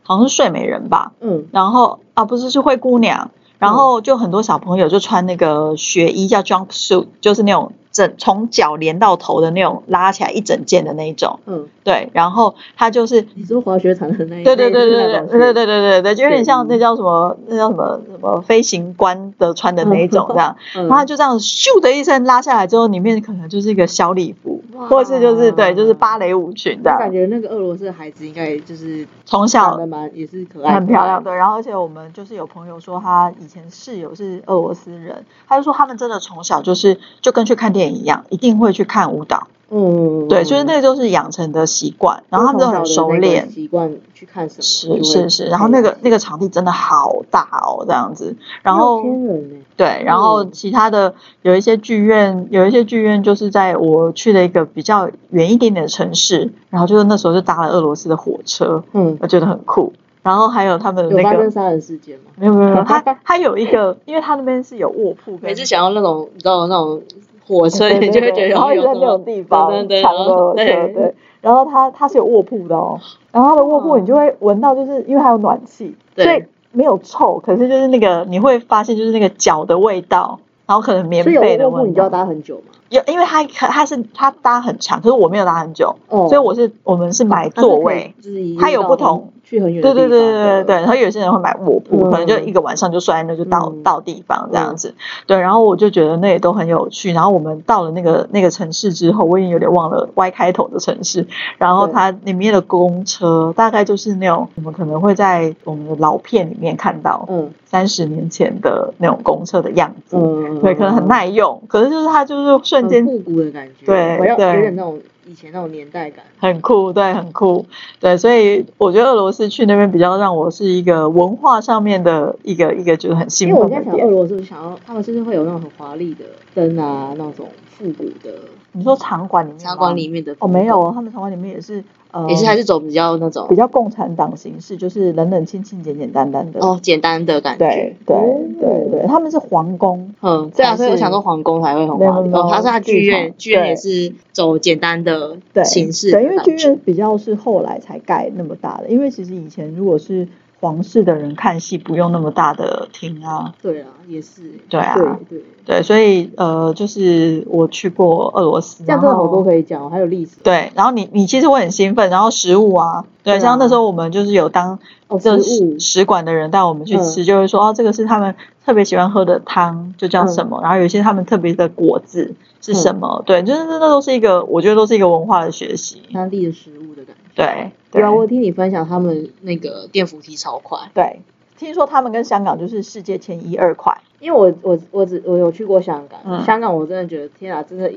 Speaker 4: 好像是睡美人吧，
Speaker 3: 嗯，
Speaker 4: 然后啊不是是灰姑娘，然后就很多小朋友就穿那个学衣叫 jumpsuit，就是那种整从脚连到头的那种拉起来一整件的那一种，
Speaker 3: 嗯，
Speaker 4: 对，然后它就是。
Speaker 3: 你说滑雪场的那一
Speaker 4: 对对对对对对对
Speaker 3: 对，
Speaker 4: 对对对，就有点像那
Speaker 3: 对
Speaker 4: 叫什么，那叫什么什么飞行官的穿的那一
Speaker 3: *laughs*
Speaker 4: 种这样，
Speaker 3: 嗯
Speaker 4: 然后它就这样咻的一声拉下来之后，里面可能就是一个小礼服，
Speaker 3: 哇
Speaker 4: 或是就是对，就是芭蕾舞裙这
Speaker 3: 我感
Speaker 4: 样，
Speaker 3: 觉那个俄罗斯的孩子应该就是
Speaker 4: 从
Speaker 3: 长
Speaker 4: 小
Speaker 3: 得蛮也是可爱，
Speaker 4: 很漂亮，对。然后而且我们就是有朋友说，他以前室友是俄罗斯人，他就说他们真的从小就是就跟去看电影一样，一定会去看舞蹈，
Speaker 3: 嗯，嗯，嗯
Speaker 4: 对，所以那个就是养成的习惯，然后他们都很熟练。
Speaker 3: 习惯去看什么，
Speaker 4: 是是是，然后那个那个场地真的好大哦，这样子，然后
Speaker 3: 天人呢，
Speaker 4: 对，然后
Speaker 3: 嗯
Speaker 4: 其他的有一些剧院，有一些剧院就是在我去了一个比较远一点点的城市，然后就是那时候就搭了俄罗斯的火车，
Speaker 3: 嗯，
Speaker 4: 我觉得很酷。然后还有他们的
Speaker 3: 有
Speaker 4: 那
Speaker 3: 发
Speaker 4: 个
Speaker 3: 生杀人事件吗？
Speaker 4: 没有没有，
Speaker 3: *laughs*
Speaker 4: 没有，他他有一个，因为他那边是有卧铺跟，
Speaker 3: 每次想要那种你知道那种火车，
Speaker 4: 对对
Speaker 3: 你就会觉
Speaker 4: 对
Speaker 3: 得哦
Speaker 4: 然后
Speaker 3: 有
Speaker 4: 就在
Speaker 3: 那
Speaker 4: 那种地方
Speaker 3: 对对对
Speaker 4: 藏的，
Speaker 3: 然后
Speaker 4: 对对。然后它它是有卧铺的哦，然后它的卧铺
Speaker 3: 哦
Speaker 4: 你就会闻到，就是因为它有暖气，
Speaker 3: 对
Speaker 4: 所以没有臭，可是就是那个你会发现就是那个脚的味道，然后可能棉
Speaker 3: 所以有
Speaker 4: 被的
Speaker 3: 卧铺
Speaker 4: 味
Speaker 3: 你就要
Speaker 4: 道。
Speaker 3: 搭很久嘛，
Speaker 4: 有，因为它它是它搭很长，可是我没有搭很久，
Speaker 3: 哦啊
Speaker 4: 所以我是我们是买座位，
Speaker 3: 就是一路
Speaker 4: 它有
Speaker 3: 到
Speaker 4: 不同
Speaker 3: 去很远的
Speaker 4: 对
Speaker 3: 地方
Speaker 4: 对
Speaker 3: 的。
Speaker 4: 对对对对，然后有些人会买卧铺，
Speaker 3: 嗯
Speaker 4: 可能就一个晚上就睡在那就到、
Speaker 3: 嗯
Speaker 4: 到地方这样子。对，然后我就觉得那也都很有趣。然后我们到了那个那个城市之后，我已经有点忘了 Y 开头的城市。然后
Speaker 3: 对
Speaker 4: 它里面的公车大概就是那种我们可能会在我们的老片里面看到
Speaker 3: 嗯
Speaker 4: 三十年前的那种公车的样子。
Speaker 3: 嗯，
Speaker 4: 对，可能很耐用，可是就是它就是瞬间
Speaker 3: 很复古的感觉，
Speaker 4: 对
Speaker 3: 我要
Speaker 4: 对
Speaker 3: 有点那种以前那种年代感。
Speaker 4: 很酷，对，很酷，对，所以我觉得俄罗斯去那边比较让我是一个文化上面的一个一个觉得很兴
Speaker 3: 因为我
Speaker 4: 奋
Speaker 3: 在
Speaker 4: 的
Speaker 3: 想，俄
Speaker 4: 点。
Speaker 3: 罗斯想要他们是不是会有那种很华丽的灯啊，那种复古的
Speaker 4: 你说场馆里面吗，
Speaker 3: 茶馆里面的
Speaker 4: 哦没有哦，他们场馆里面也是呃，
Speaker 3: 也是还是走比较那种
Speaker 4: 比较共产党形式，就是冷冷清清、简简单单的。
Speaker 3: 哦简单的感觉
Speaker 4: 对，对
Speaker 3: 哦
Speaker 4: 对对，他们是皇宫，
Speaker 3: 嗯，对啊，
Speaker 4: 还是
Speaker 3: 所以我想说皇宫才会很
Speaker 4: 没有
Speaker 3: 华丽，
Speaker 4: 没有
Speaker 3: 哦，它是它剧
Speaker 4: 剧
Speaker 3: 院，
Speaker 4: 场
Speaker 3: 剧院也
Speaker 4: 对
Speaker 3: 是走简单的
Speaker 4: 对，
Speaker 3: 形式的
Speaker 4: 对，因为
Speaker 3: 感
Speaker 4: 剧
Speaker 3: 觉
Speaker 4: 院比较是后来才盖那么大的，因为其实以前如果是皇室的人看戏，不用那么大的厅啊。
Speaker 3: 对啊，也是，
Speaker 4: 对啊
Speaker 3: 对对，
Speaker 4: 对，所以呃，就是我去过俄罗斯，
Speaker 3: 这样真
Speaker 4: 然
Speaker 3: 的好
Speaker 4: 后
Speaker 3: 多可以讲哦，还有历史，
Speaker 4: 对，然后你你其实我很兴奋，然后食物啊，对，
Speaker 3: 对啊
Speaker 4: 像那时候我们就是有当
Speaker 3: 哦，
Speaker 4: 就
Speaker 3: 食
Speaker 4: 是
Speaker 3: 物
Speaker 4: 使，使馆的人带我们去吃，就会说哦，这个是他们特别喜欢喝的汤，就叫什么，然后有一些他们特别的果子是什么，对，就是那都是一个，我觉得都是一个文化的学习，
Speaker 3: 当地的食物的感觉。
Speaker 4: 对，对
Speaker 3: 对啊，我有听你分享他们那个电扶梯超快，
Speaker 4: 对，听说他们跟香港就是世界前一二快，
Speaker 3: 因为我我我只我有去过香港，
Speaker 4: 嗯
Speaker 3: 香港我真的觉得天啊，真的，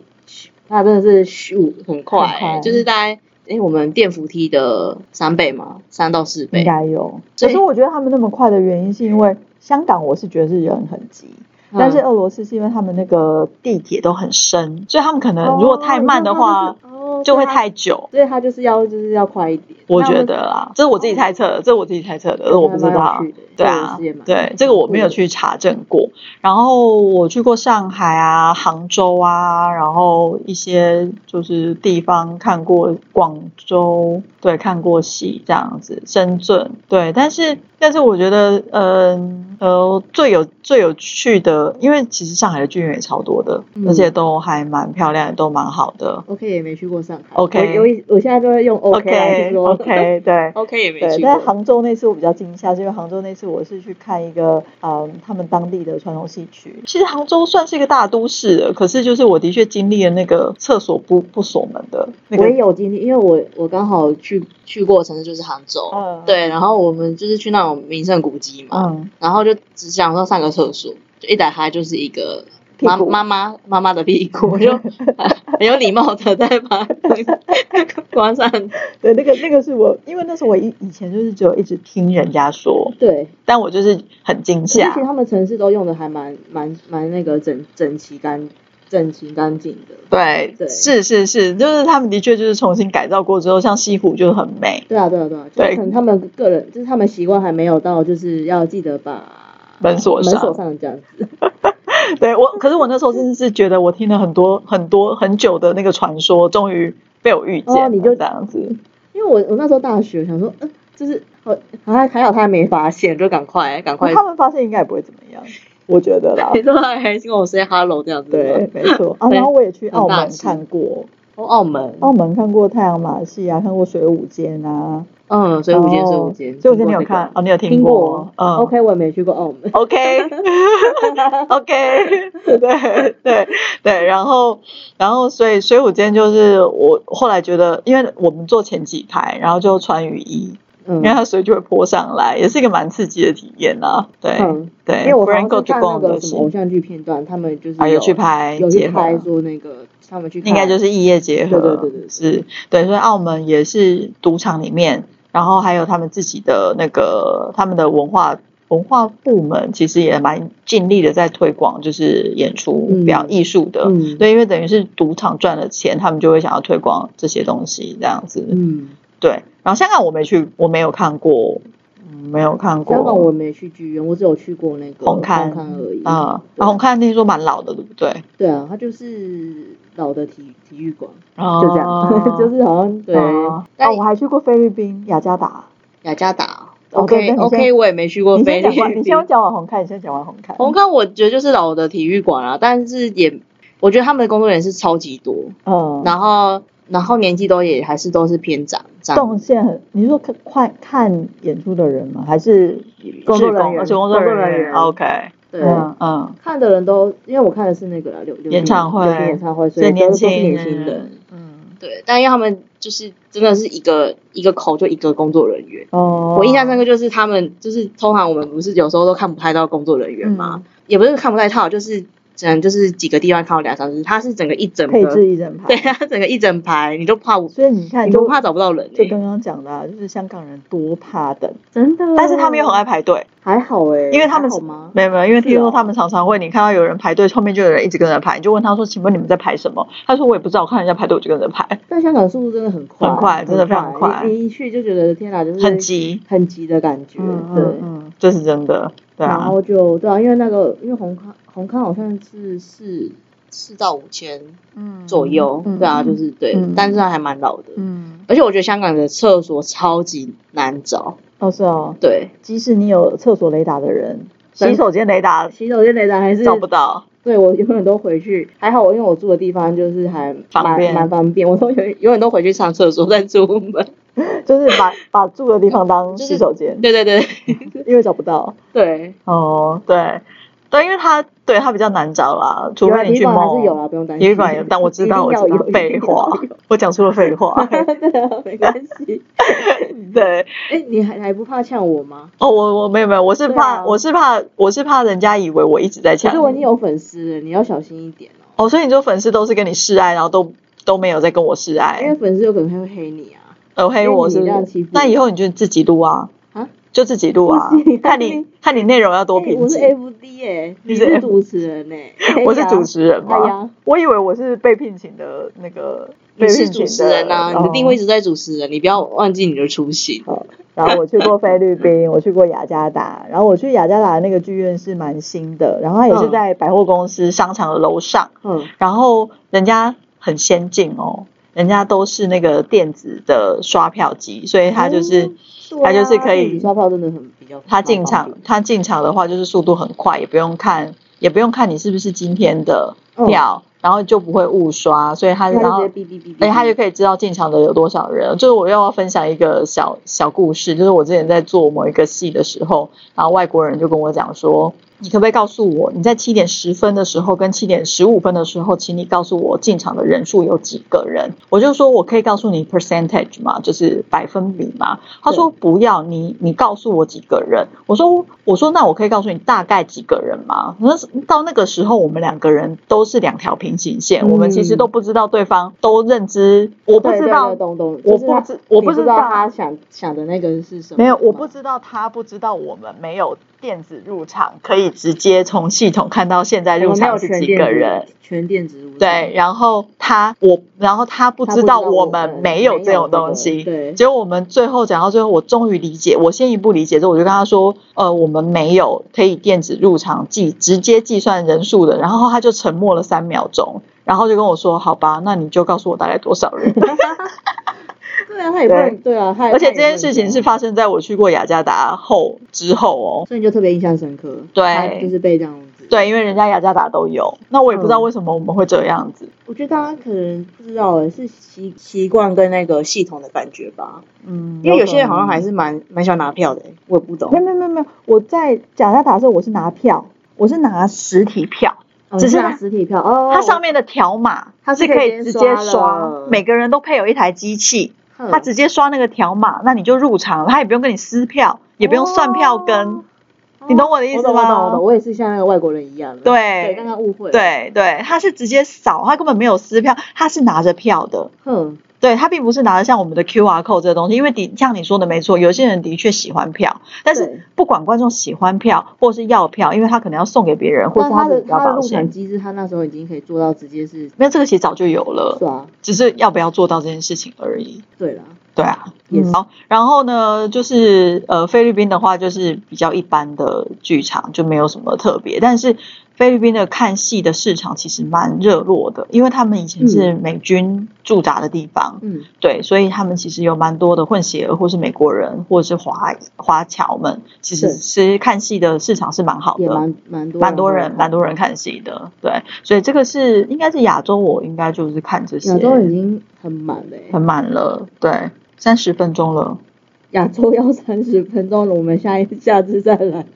Speaker 3: 它真的是咻很快、欸
Speaker 4: 很快
Speaker 3: 就是大概诶、我们电扶梯的三倍嘛，三到四
Speaker 4: 应
Speaker 3: 倍。
Speaker 4: 该有。
Speaker 3: 所
Speaker 4: 可
Speaker 3: 以
Speaker 4: 是我觉得他们那么快的原因是因为香港，我是觉得是人很急。
Speaker 3: 嗯
Speaker 4: 但是俄罗斯是因为他们那个地铁都很深，所以他们可
Speaker 3: 哦
Speaker 4: 能呃如果太慢的话，
Speaker 3: 哦你知道它就是哦
Speaker 4: 就会
Speaker 3: 对啊
Speaker 4: 太久。
Speaker 3: 所以它就是要就是要快一点。
Speaker 4: 我觉得啦，这是我自己猜测的，这是我自己猜测的，
Speaker 3: 哦
Speaker 4: 这我不知道
Speaker 3: 还蛮有趣的。
Speaker 4: 对
Speaker 3: 俄罗
Speaker 4: 啊
Speaker 3: 斯也，蛮
Speaker 4: 对这个我没有去查证过。然后我去过上海啊、杭州啊，然后一些就是地方看过广州，对，看过戏这样子，深圳，对。但是但是我觉得，嗯呃最有最有趣的，因为其实上海的剧院也超多的，
Speaker 3: 嗯
Speaker 4: 而且都还蛮漂亮，也都蛮好的。
Speaker 3: OK 也没去过上海
Speaker 4: OK
Speaker 3: 我有我现在就会用 OK 来去
Speaker 4: OK
Speaker 3: 说
Speaker 4: OK，对。
Speaker 3: *laughs* OK 也没
Speaker 4: 对，
Speaker 3: 去
Speaker 4: 但
Speaker 3: 过。
Speaker 4: 杭州那次我比较惊吓，是因为杭州那次我是去看一个呃他们当地的传统戏曲。其实杭州算是一个大都市了，可是就是我的确经历了那个厕所不不锁门的那
Speaker 3: 我也
Speaker 4: 个。
Speaker 3: 有经历，因为我我刚好去去过的城市就是杭州，
Speaker 4: 嗯
Speaker 3: 对，然后我们就是去那种名胜古迹嘛，
Speaker 4: 嗯，
Speaker 3: 然后就只想说上个厕所，就一打开就是一个
Speaker 4: 屁
Speaker 3: 妈
Speaker 4: 股
Speaker 3: 妈妈妈妈的屁股，我 *laughs* 就很有礼貌的在把 *laughs* 关上。
Speaker 4: 对，那个那个是我，因为那时候我以以前就是只有一直听人家说，
Speaker 3: 对，
Speaker 4: 但我就是很惊
Speaker 3: 其实
Speaker 4: 吓。
Speaker 3: 他们城市都用的还蛮蛮蛮那个整整齐干整齐干净的。
Speaker 4: 对，
Speaker 3: 对
Speaker 4: 是是是，就是他们的确就是重新改造过之后，像西湖就是很美，
Speaker 3: 对啊，对啊，对啊，就
Speaker 4: 对
Speaker 3: 是可能他们个人就是他们习惯还没有到，就是要记得把
Speaker 4: 门锁
Speaker 3: 门
Speaker 4: 上
Speaker 3: 锁上这样子。
Speaker 4: 对我，可是我那时候真的是觉得，我听了很多很多很久的那个传说，终于被我遇见了
Speaker 3: 哦你就
Speaker 4: 这样子，
Speaker 3: 因为我我那时候大学想说，呃，就是好还还好他还没发现，就赶快赶快
Speaker 4: 他们发现应该也不会怎么样，我觉得啦
Speaker 3: 你。说他还跟我 say hello 这样子吗？
Speaker 4: 对，没错啊。
Speaker 3: 对
Speaker 4: 然后我也去澳
Speaker 3: 很大
Speaker 4: 门
Speaker 3: 气
Speaker 4: 看过，
Speaker 3: 哦，澳门，
Speaker 4: 澳门看过太阳马戏啊，看过水舞间啊，
Speaker 3: 嗯，所以五间，
Speaker 4: 然
Speaker 3: 所以
Speaker 4: 后
Speaker 3: 五间，
Speaker 4: 水舞间你有看哦？你有听
Speaker 3: 听过
Speaker 4: 过？？嗯
Speaker 3: OK，我也没去过澳门。
Speaker 4: OK *laughs* OK，对 *laughs* 对对，然后然后所以水舞间就是我后来觉得，因为我们坐前几排，然后就穿雨衣，
Speaker 3: 嗯
Speaker 4: 因为，它水就会泼上来，也是一个蛮刺激的体验啦。对、
Speaker 3: 嗯
Speaker 4: 对，
Speaker 3: 因为我
Speaker 4: 不
Speaker 3: 好像是
Speaker 4: 然够去
Speaker 3: 看那
Speaker 4: 逛
Speaker 3: 个
Speaker 4: 的
Speaker 3: 什
Speaker 4: 是
Speaker 3: 么偶像剧片段，他们就是
Speaker 4: 啊，有去拍
Speaker 3: 有去
Speaker 4: 结合
Speaker 3: 拍说那个他们去看，
Speaker 4: 应该就是异业结合，
Speaker 3: 对对对对
Speaker 4: 是，对，所以澳门也是赌场里面，然后还有他们自己的那个他们的文化。文化部门其实也蛮尽力的在推广，就是演出
Speaker 3: 嗯
Speaker 4: 表艺术的，
Speaker 3: 嗯
Speaker 4: 对，因为等于是赌场赚了钱，他们就会想要推广这些东西，这样子，
Speaker 3: 嗯，
Speaker 4: 对。然后香港我没去，我没有看过，嗯没有看过。
Speaker 3: 香港我没去剧院，我只有去过那个
Speaker 4: 红磡
Speaker 3: 红磡而已。
Speaker 4: 啊，
Speaker 3: 对
Speaker 4: 然后我看听说蛮老的，对不对？
Speaker 3: 对啊，它就是老的体体育馆，
Speaker 4: 哦
Speaker 3: 就这
Speaker 4: *laughs*
Speaker 3: 样， *laughs* 就是好像对。
Speaker 4: 哦啊，
Speaker 3: 但
Speaker 4: 我还去过菲律宾雅加达。
Speaker 3: 雅加达
Speaker 4: 哦对
Speaker 3: ，OK
Speaker 4: 对你
Speaker 3: OK，
Speaker 4: 先
Speaker 3: 我也没去过
Speaker 4: 你
Speaker 3: 菲
Speaker 4: 先
Speaker 3: 律
Speaker 4: 讲完，你
Speaker 3: 宾。
Speaker 4: 先讲完红看，你先讲完红看。
Speaker 3: 红磡我觉得就是老的体育馆啊，但是也我觉得他们的工作人员是超级多，
Speaker 4: 嗯，
Speaker 3: 然后然后年纪都也还是都是偏长长，
Speaker 4: 动线很，你是说看看看演出的人吗？还是
Speaker 3: 工作
Speaker 4: 志
Speaker 3: 人
Speaker 4: 工
Speaker 3: 员
Speaker 4: 而且工作
Speaker 3: 工作
Speaker 4: 人
Speaker 3: 人
Speaker 4: 员
Speaker 3: 员
Speaker 4: ，OK，
Speaker 3: 对，
Speaker 4: 嗯嗯，
Speaker 3: 看的人都因为我看的是那个啦柳柳
Speaker 4: 演唱会
Speaker 3: 柳丁演唱会，所
Speaker 4: 所以
Speaker 3: 以
Speaker 4: 年
Speaker 3: 都是
Speaker 4: 轻
Speaker 3: 都是年轻人，
Speaker 4: 人，嗯，
Speaker 3: 对，但因为他们就是真的是一个一个口就一个工作人员。
Speaker 4: 哦，
Speaker 3: 我印象深刻就是他们就是通常我们不是有时候都看不太到工作人员嘛，
Speaker 4: 嗯
Speaker 3: 也不是看不太到，就是只能就是几个地方看到两三只，它是整个一整
Speaker 4: 配
Speaker 3: *laughs* 个，
Speaker 4: 置一整排，
Speaker 3: 对，它整个一整排，你都怕无，
Speaker 4: 所以你看
Speaker 3: 你
Speaker 4: 就
Speaker 3: 都怕找不到人、
Speaker 4: 就
Speaker 3: 欸，
Speaker 4: 刚刚讲的、啊，就是香港人多怕等，嗯
Speaker 3: 真的。哦
Speaker 4: 但是他们又很爱排队，
Speaker 3: 还好哎、
Speaker 4: 因为他们
Speaker 3: 还好吗？
Speaker 4: 没有没有，因为听
Speaker 3: 是
Speaker 4: 说
Speaker 3: 哦
Speaker 4: 他们常常会，你看到有人排队，后面就有人一直跟着排，你就问他说：“请问你们在排什么？”他说：“我也不知道，我看人家排队，我就跟着排，
Speaker 3: 但香港速度真的很快，
Speaker 4: 很快真的非常快
Speaker 3: 你你一去就觉得天哪，就是
Speaker 4: 很急。
Speaker 3: 很急的感觉，
Speaker 4: 嗯”
Speaker 3: 对。
Speaker 4: 嗯嗯，这是真的，对
Speaker 3: 然
Speaker 4: 啊，
Speaker 3: 后就对啊，因为那个因为红康红康好像是四四到五千
Speaker 4: 嗯
Speaker 3: 左右，
Speaker 4: 嗯
Speaker 3: 对啊，
Speaker 4: 嗯
Speaker 3: 就是对，
Speaker 4: 嗯
Speaker 3: 但是还蛮老的。
Speaker 4: 嗯，
Speaker 3: 而且我觉得香港的厕所超级难找，
Speaker 4: 哦是哦，
Speaker 3: 对，
Speaker 4: 即使你有厕所雷达的人，
Speaker 3: 真
Speaker 4: 洗手间雷达
Speaker 3: 洗手间雷达还是
Speaker 4: 找不 *laughs* 到，
Speaker 3: 对我永远都回去，还好我因为我住的地方就是还
Speaker 4: 方
Speaker 3: 蛮
Speaker 4: 便
Speaker 3: 蛮方便，我都永远永远都回去上厕所再出门。
Speaker 4: 就是把把住的地方当
Speaker 3: 就是
Speaker 4: 洗手间，
Speaker 3: 对对对
Speaker 4: 因为找不到。
Speaker 3: 对，
Speaker 4: 哦，对，对，因为它对它比较难找啦，除
Speaker 3: 有啦
Speaker 4: 非你
Speaker 3: 体
Speaker 4: 去
Speaker 3: 育馆
Speaker 4: 梦
Speaker 3: 还是有啦，啊不用担
Speaker 4: 体
Speaker 3: 心。
Speaker 4: 育馆有，啊但我知
Speaker 3: *laughs*
Speaker 4: 道，
Speaker 3: 一
Speaker 4: 我
Speaker 3: 定要
Speaker 4: 知道
Speaker 3: 有，
Speaker 4: 废话， *laughs* 我讲出了废 *laughs* 话。
Speaker 3: 一定要有 *laughs* 对啊，没关系。
Speaker 4: 对，
Speaker 3: 哎、你还还不怕呛我吗？
Speaker 4: 哦，我我没有没有，我是
Speaker 3: 对
Speaker 4: 怕、
Speaker 3: 啊
Speaker 4: 我是怕我是怕人家以为我一直在
Speaker 3: 可
Speaker 4: 抢
Speaker 3: 是。我已经有粉丝了，你要小心一点哦，
Speaker 4: 哦，所以你说粉丝都是跟你示爱，然后都都没有在跟我示
Speaker 3: 因为
Speaker 4: 爱，
Speaker 3: 粉丝有可能还会黑你啊。
Speaker 4: 呃，黑
Speaker 3: 因为
Speaker 4: 我
Speaker 3: 你
Speaker 4: 是不
Speaker 3: 这样欺
Speaker 4: 是
Speaker 3: 负？
Speaker 4: 那
Speaker 3: 我
Speaker 4: 以后你就自己录啊，
Speaker 3: 啊
Speaker 4: 就自己录啊
Speaker 3: 不行，
Speaker 4: 看你看你内容要多
Speaker 3: 哎
Speaker 4: 品
Speaker 3: 我是
Speaker 4: 质。
Speaker 3: FD 哎、
Speaker 4: 你
Speaker 3: 你
Speaker 4: 是
Speaker 3: 是主持人哎、
Speaker 4: *laughs* 我是主持人
Speaker 3: 哎
Speaker 4: 嘛
Speaker 3: 呀，
Speaker 4: 我以为我是被聘请的那个，
Speaker 3: 你
Speaker 4: 被
Speaker 3: 是
Speaker 4: 聘
Speaker 3: 主
Speaker 4: 请
Speaker 3: 持人呐、你
Speaker 4: 哦
Speaker 3: 的定位一直在主持人，你不要忘记你的初心。
Speaker 4: 然后我去过菲律宾，我去过雅加达，然后我去雅加达那个剧院是蛮新的，然后它也是
Speaker 3: 嗯
Speaker 4: 在百货公司商场的楼上，
Speaker 3: 嗯，
Speaker 4: 然后人家很先进哦，人家都是那个电子的刷票机，所以它
Speaker 3: 哦
Speaker 4: 就是、它就是可
Speaker 3: 嗯对
Speaker 4: 以
Speaker 3: 啊刷票真的很比较。
Speaker 4: 它进场它进场的话就是速度很快，也不用看也不用看你是不是今天的
Speaker 3: 哦
Speaker 4: 票，然后就不会误刷，所以它
Speaker 3: 蛮方便，
Speaker 4: 然
Speaker 3: 嗯他
Speaker 4: 后
Speaker 3: 就。直接哔哔哔哔，
Speaker 4: 而且他就
Speaker 3: 以。
Speaker 4: 可以知道进场的有多少人。就是我又要分享一个小小故事，就是我之前在做某一个戏的时候，然后外国人就跟我讲说，你可不可以告诉我，你在七点十分的时候跟七点十五分的时候，请你告诉我进场的人数有几个人？我就说我可以告诉你 percentage 嘛，就是百分比嘛。他说不要，你你告诉我几个人。我说我说那我可以告诉你大概几个人吗？那是到那个时候，我们两个人都是两条平行线，
Speaker 3: 嗯
Speaker 4: 我们其实都不知道对方都认知，我不
Speaker 3: 对
Speaker 4: 知
Speaker 3: 对
Speaker 4: 道
Speaker 3: 对，懂懂，
Speaker 4: 我
Speaker 3: 就是他
Speaker 4: 不知我
Speaker 3: 你
Speaker 4: 不
Speaker 3: 不
Speaker 4: 知
Speaker 3: 道
Speaker 4: 道
Speaker 3: 他想想的那个是什么。
Speaker 4: 没有，我不知道他不知道我们没有电子入场，可以直接从系统看到现在
Speaker 3: 哎我
Speaker 4: 入
Speaker 3: 们没有
Speaker 4: 场是
Speaker 3: 全
Speaker 4: 几
Speaker 3: 电
Speaker 4: 个
Speaker 3: 子
Speaker 4: 人。，
Speaker 3: 全电子舞。
Speaker 4: 对，，然后他我，然后他不
Speaker 3: 他
Speaker 4: 知
Speaker 3: 不
Speaker 4: 道
Speaker 3: 知道
Speaker 4: 我
Speaker 3: 我
Speaker 4: 们
Speaker 3: 们
Speaker 4: 没
Speaker 3: 没有
Speaker 4: 有这种
Speaker 3: 这个
Speaker 4: 东西。
Speaker 3: 对
Speaker 4: 结果我们最后讲到最后，我终于理解，我先一步理解之后，我就跟他说，呃，我们没有可以电子入场计直接计算人数的。然后他就沉默了三秒钟，然后就跟我说，好吧，那你就告诉我大概多少人。
Speaker 3: 对啊，他也不能对啊，他也
Speaker 4: 而且
Speaker 3: 他
Speaker 4: 这
Speaker 3: 也
Speaker 4: 件
Speaker 3: 不能
Speaker 4: 事情
Speaker 3: 讲
Speaker 4: 是发生在我去过雅加达后之后哦。
Speaker 3: 所以你就特别印象深刻。
Speaker 4: 对
Speaker 3: 他就是被这样子。，
Speaker 4: 对，因为人家雅加达都有，那我也不知道为什么我们会这样子。
Speaker 3: 我觉得大家可能不知道诶，欸是习习惯跟那个系统的感觉吧。
Speaker 4: 嗯
Speaker 3: 因为有些人好像还是蛮蛮喜欢拿票的欸，我也不懂
Speaker 4: 没。有没有没有没有，我在雅加达的时候我是拿票，我是拿实体票，
Speaker 3: 哦
Speaker 4: 嗯只
Speaker 3: 你
Speaker 4: 是
Speaker 3: 拿
Speaker 4: 它
Speaker 3: 实体票哦，
Speaker 4: 它上面的条码
Speaker 3: 它是
Speaker 4: 可
Speaker 3: 可以
Speaker 4: 以直
Speaker 3: 直接
Speaker 4: 接
Speaker 3: 刷
Speaker 4: 刷嗯
Speaker 3: 了，
Speaker 4: 每个人都配有一台机器，
Speaker 3: 哼
Speaker 4: 它直接刷那个条码，那你就入场，它也不用跟你撕票，也不用算票根，你哦懂我的意
Speaker 3: 哦我
Speaker 4: 思
Speaker 3: 懂我懂我
Speaker 4: 吗
Speaker 3: 懂，？我也是像那个外国人一样的。
Speaker 4: 对
Speaker 3: 对，刚刚误会。，
Speaker 4: 对对，它是直接扫，它根本没有撕票，它是拿着票的。
Speaker 3: 哼，
Speaker 4: 对，它并不是拿着像我们的 QR code 这个东西，因为的像你说的没错，有些人的确喜欢票，但
Speaker 3: 对
Speaker 4: 是不管观众喜欢票或是要票，因为他可能要送给别人，或
Speaker 3: 那
Speaker 4: 是
Speaker 3: 他
Speaker 4: 自
Speaker 3: 的
Speaker 4: 己要
Speaker 3: 他的
Speaker 4: 保
Speaker 3: 入场
Speaker 4: 险。
Speaker 3: 机制，他那时候已经可以做到直接是
Speaker 4: 没有这个其实早就有了，
Speaker 3: 刷。
Speaker 4: 只是要不要做到这件事情而已。
Speaker 3: 对啦，
Speaker 4: 对啊，
Speaker 3: 也
Speaker 4: 嗯，好，然后呢，就是呃，菲律宾的话就是比较一般的剧场，就没有什么特别。但是菲律宾的看戏的市场其实蛮热络的，因为他们以前是美军驻扎的地方，
Speaker 3: 嗯
Speaker 4: 对，所以他们其实有蛮多的混血儿，或是美国人，或者是华华侨们，其实
Speaker 3: 对
Speaker 4: 其实看戏的市场是蛮好
Speaker 3: 也
Speaker 4: 的，
Speaker 3: 蛮蛮多
Speaker 4: 蛮多人蛮
Speaker 3: 多
Speaker 4: 多人看戏的，对，所以这个是应该是亚洲，我应该就是看这些，
Speaker 3: 亚洲已经很满了、欸
Speaker 4: 很，满了，对，三十分钟 *laughs* 了，
Speaker 3: 亚洲要三十分钟了，我们下一下次再来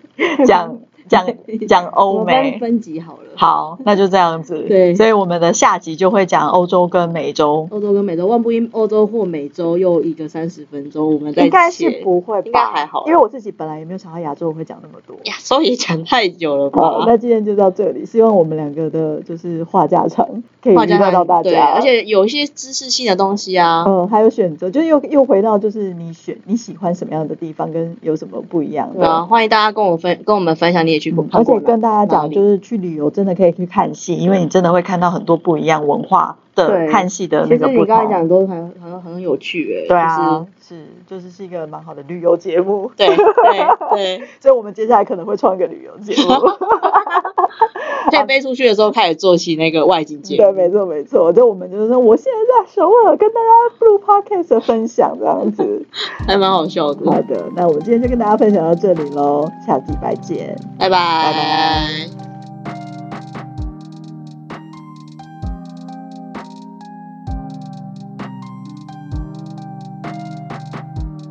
Speaker 4: 讲讲讲欧
Speaker 3: 我们
Speaker 4: 美
Speaker 3: 分。分级好了。
Speaker 4: 好，那就这样子。
Speaker 3: 对
Speaker 4: 所以我们的下集就会讲欧洲跟美洲，
Speaker 3: 欧洲跟美洲，万不因欧洲或美洲又一个三十分钟，我们再
Speaker 4: 应该是
Speaker 3: 切
Speaker 4: 不会吧？
Speaker 3: 应该还好啦啊
Speaker 4: 因为我自己本来也没有想到亚洲会讲那么多。 *laughs*
Speaker 3: 亚洲也讲太久了
Speaker 4: 好，
Speaker 3: 吧？
Speaker 4: 那今天就到这里，希望我们两个的就是话家常可以
Speaker 3: 画
Speaker 4: 娱
Speaker 3: 家嗯
Speaker 4: 乐到大
Speaker 3: 对，
Speaker 4: 家，
Speaker 3: 而且有一些知识性的东西啊，
Speaker 4: 嗯，还有选择，就是又又回到就是你选你喜欢什么样的地方，跟有什么不一样
Speaker 3: 对啊，
Speaker 4: 的。
Speaker 3: 欢迎大家跟我分跟我们分享你也去过
Speaker 4: 嗯
Speaker 3: 看
Speaker 4: 而
Speaker 3: 过
Speaker 4: 且
Speaker 3: 哪
Speaker 4: 跟大家讲，就
Speaker 3: 哪里
Speaker 4: 是去旅游真的可以去看戏，因为你真的会看到很多不一样文化的
Speaker 3: 对
Speaker 4: 看戏的
Speaker 3: 其
Speaker 4: 那个
Speaker 3: 实
Speaker 4: 不
Speaker 3: 你刚才
Speaker 4: 同。
Speaker 3: 讲都很很很有趣诶、
Speaker 4: 对啊，是就是是一个蛮好的旅游节目。
Speaker 3: 就是，对对 *laughs* 对，
Speaker 4: 所以我们接下来可能会创一个旅游节目。
Speaker 3: 可以飞出去的时候开始做起那个外景 *laughs* 节
Speaker 4: 对，
Speaker 3: 目，
Speaker 4: 没错没错，就我们就是说，我现在在首尔跟大家录 podcast 的分享这样子。
Speaker 3: 还蛮好笑的。
Speaker 4: 好的，那我们今天就跟大家分享到这里喽，下礼拜见。
Speaker 3: 拜拜。
Speaker 4: 拜拜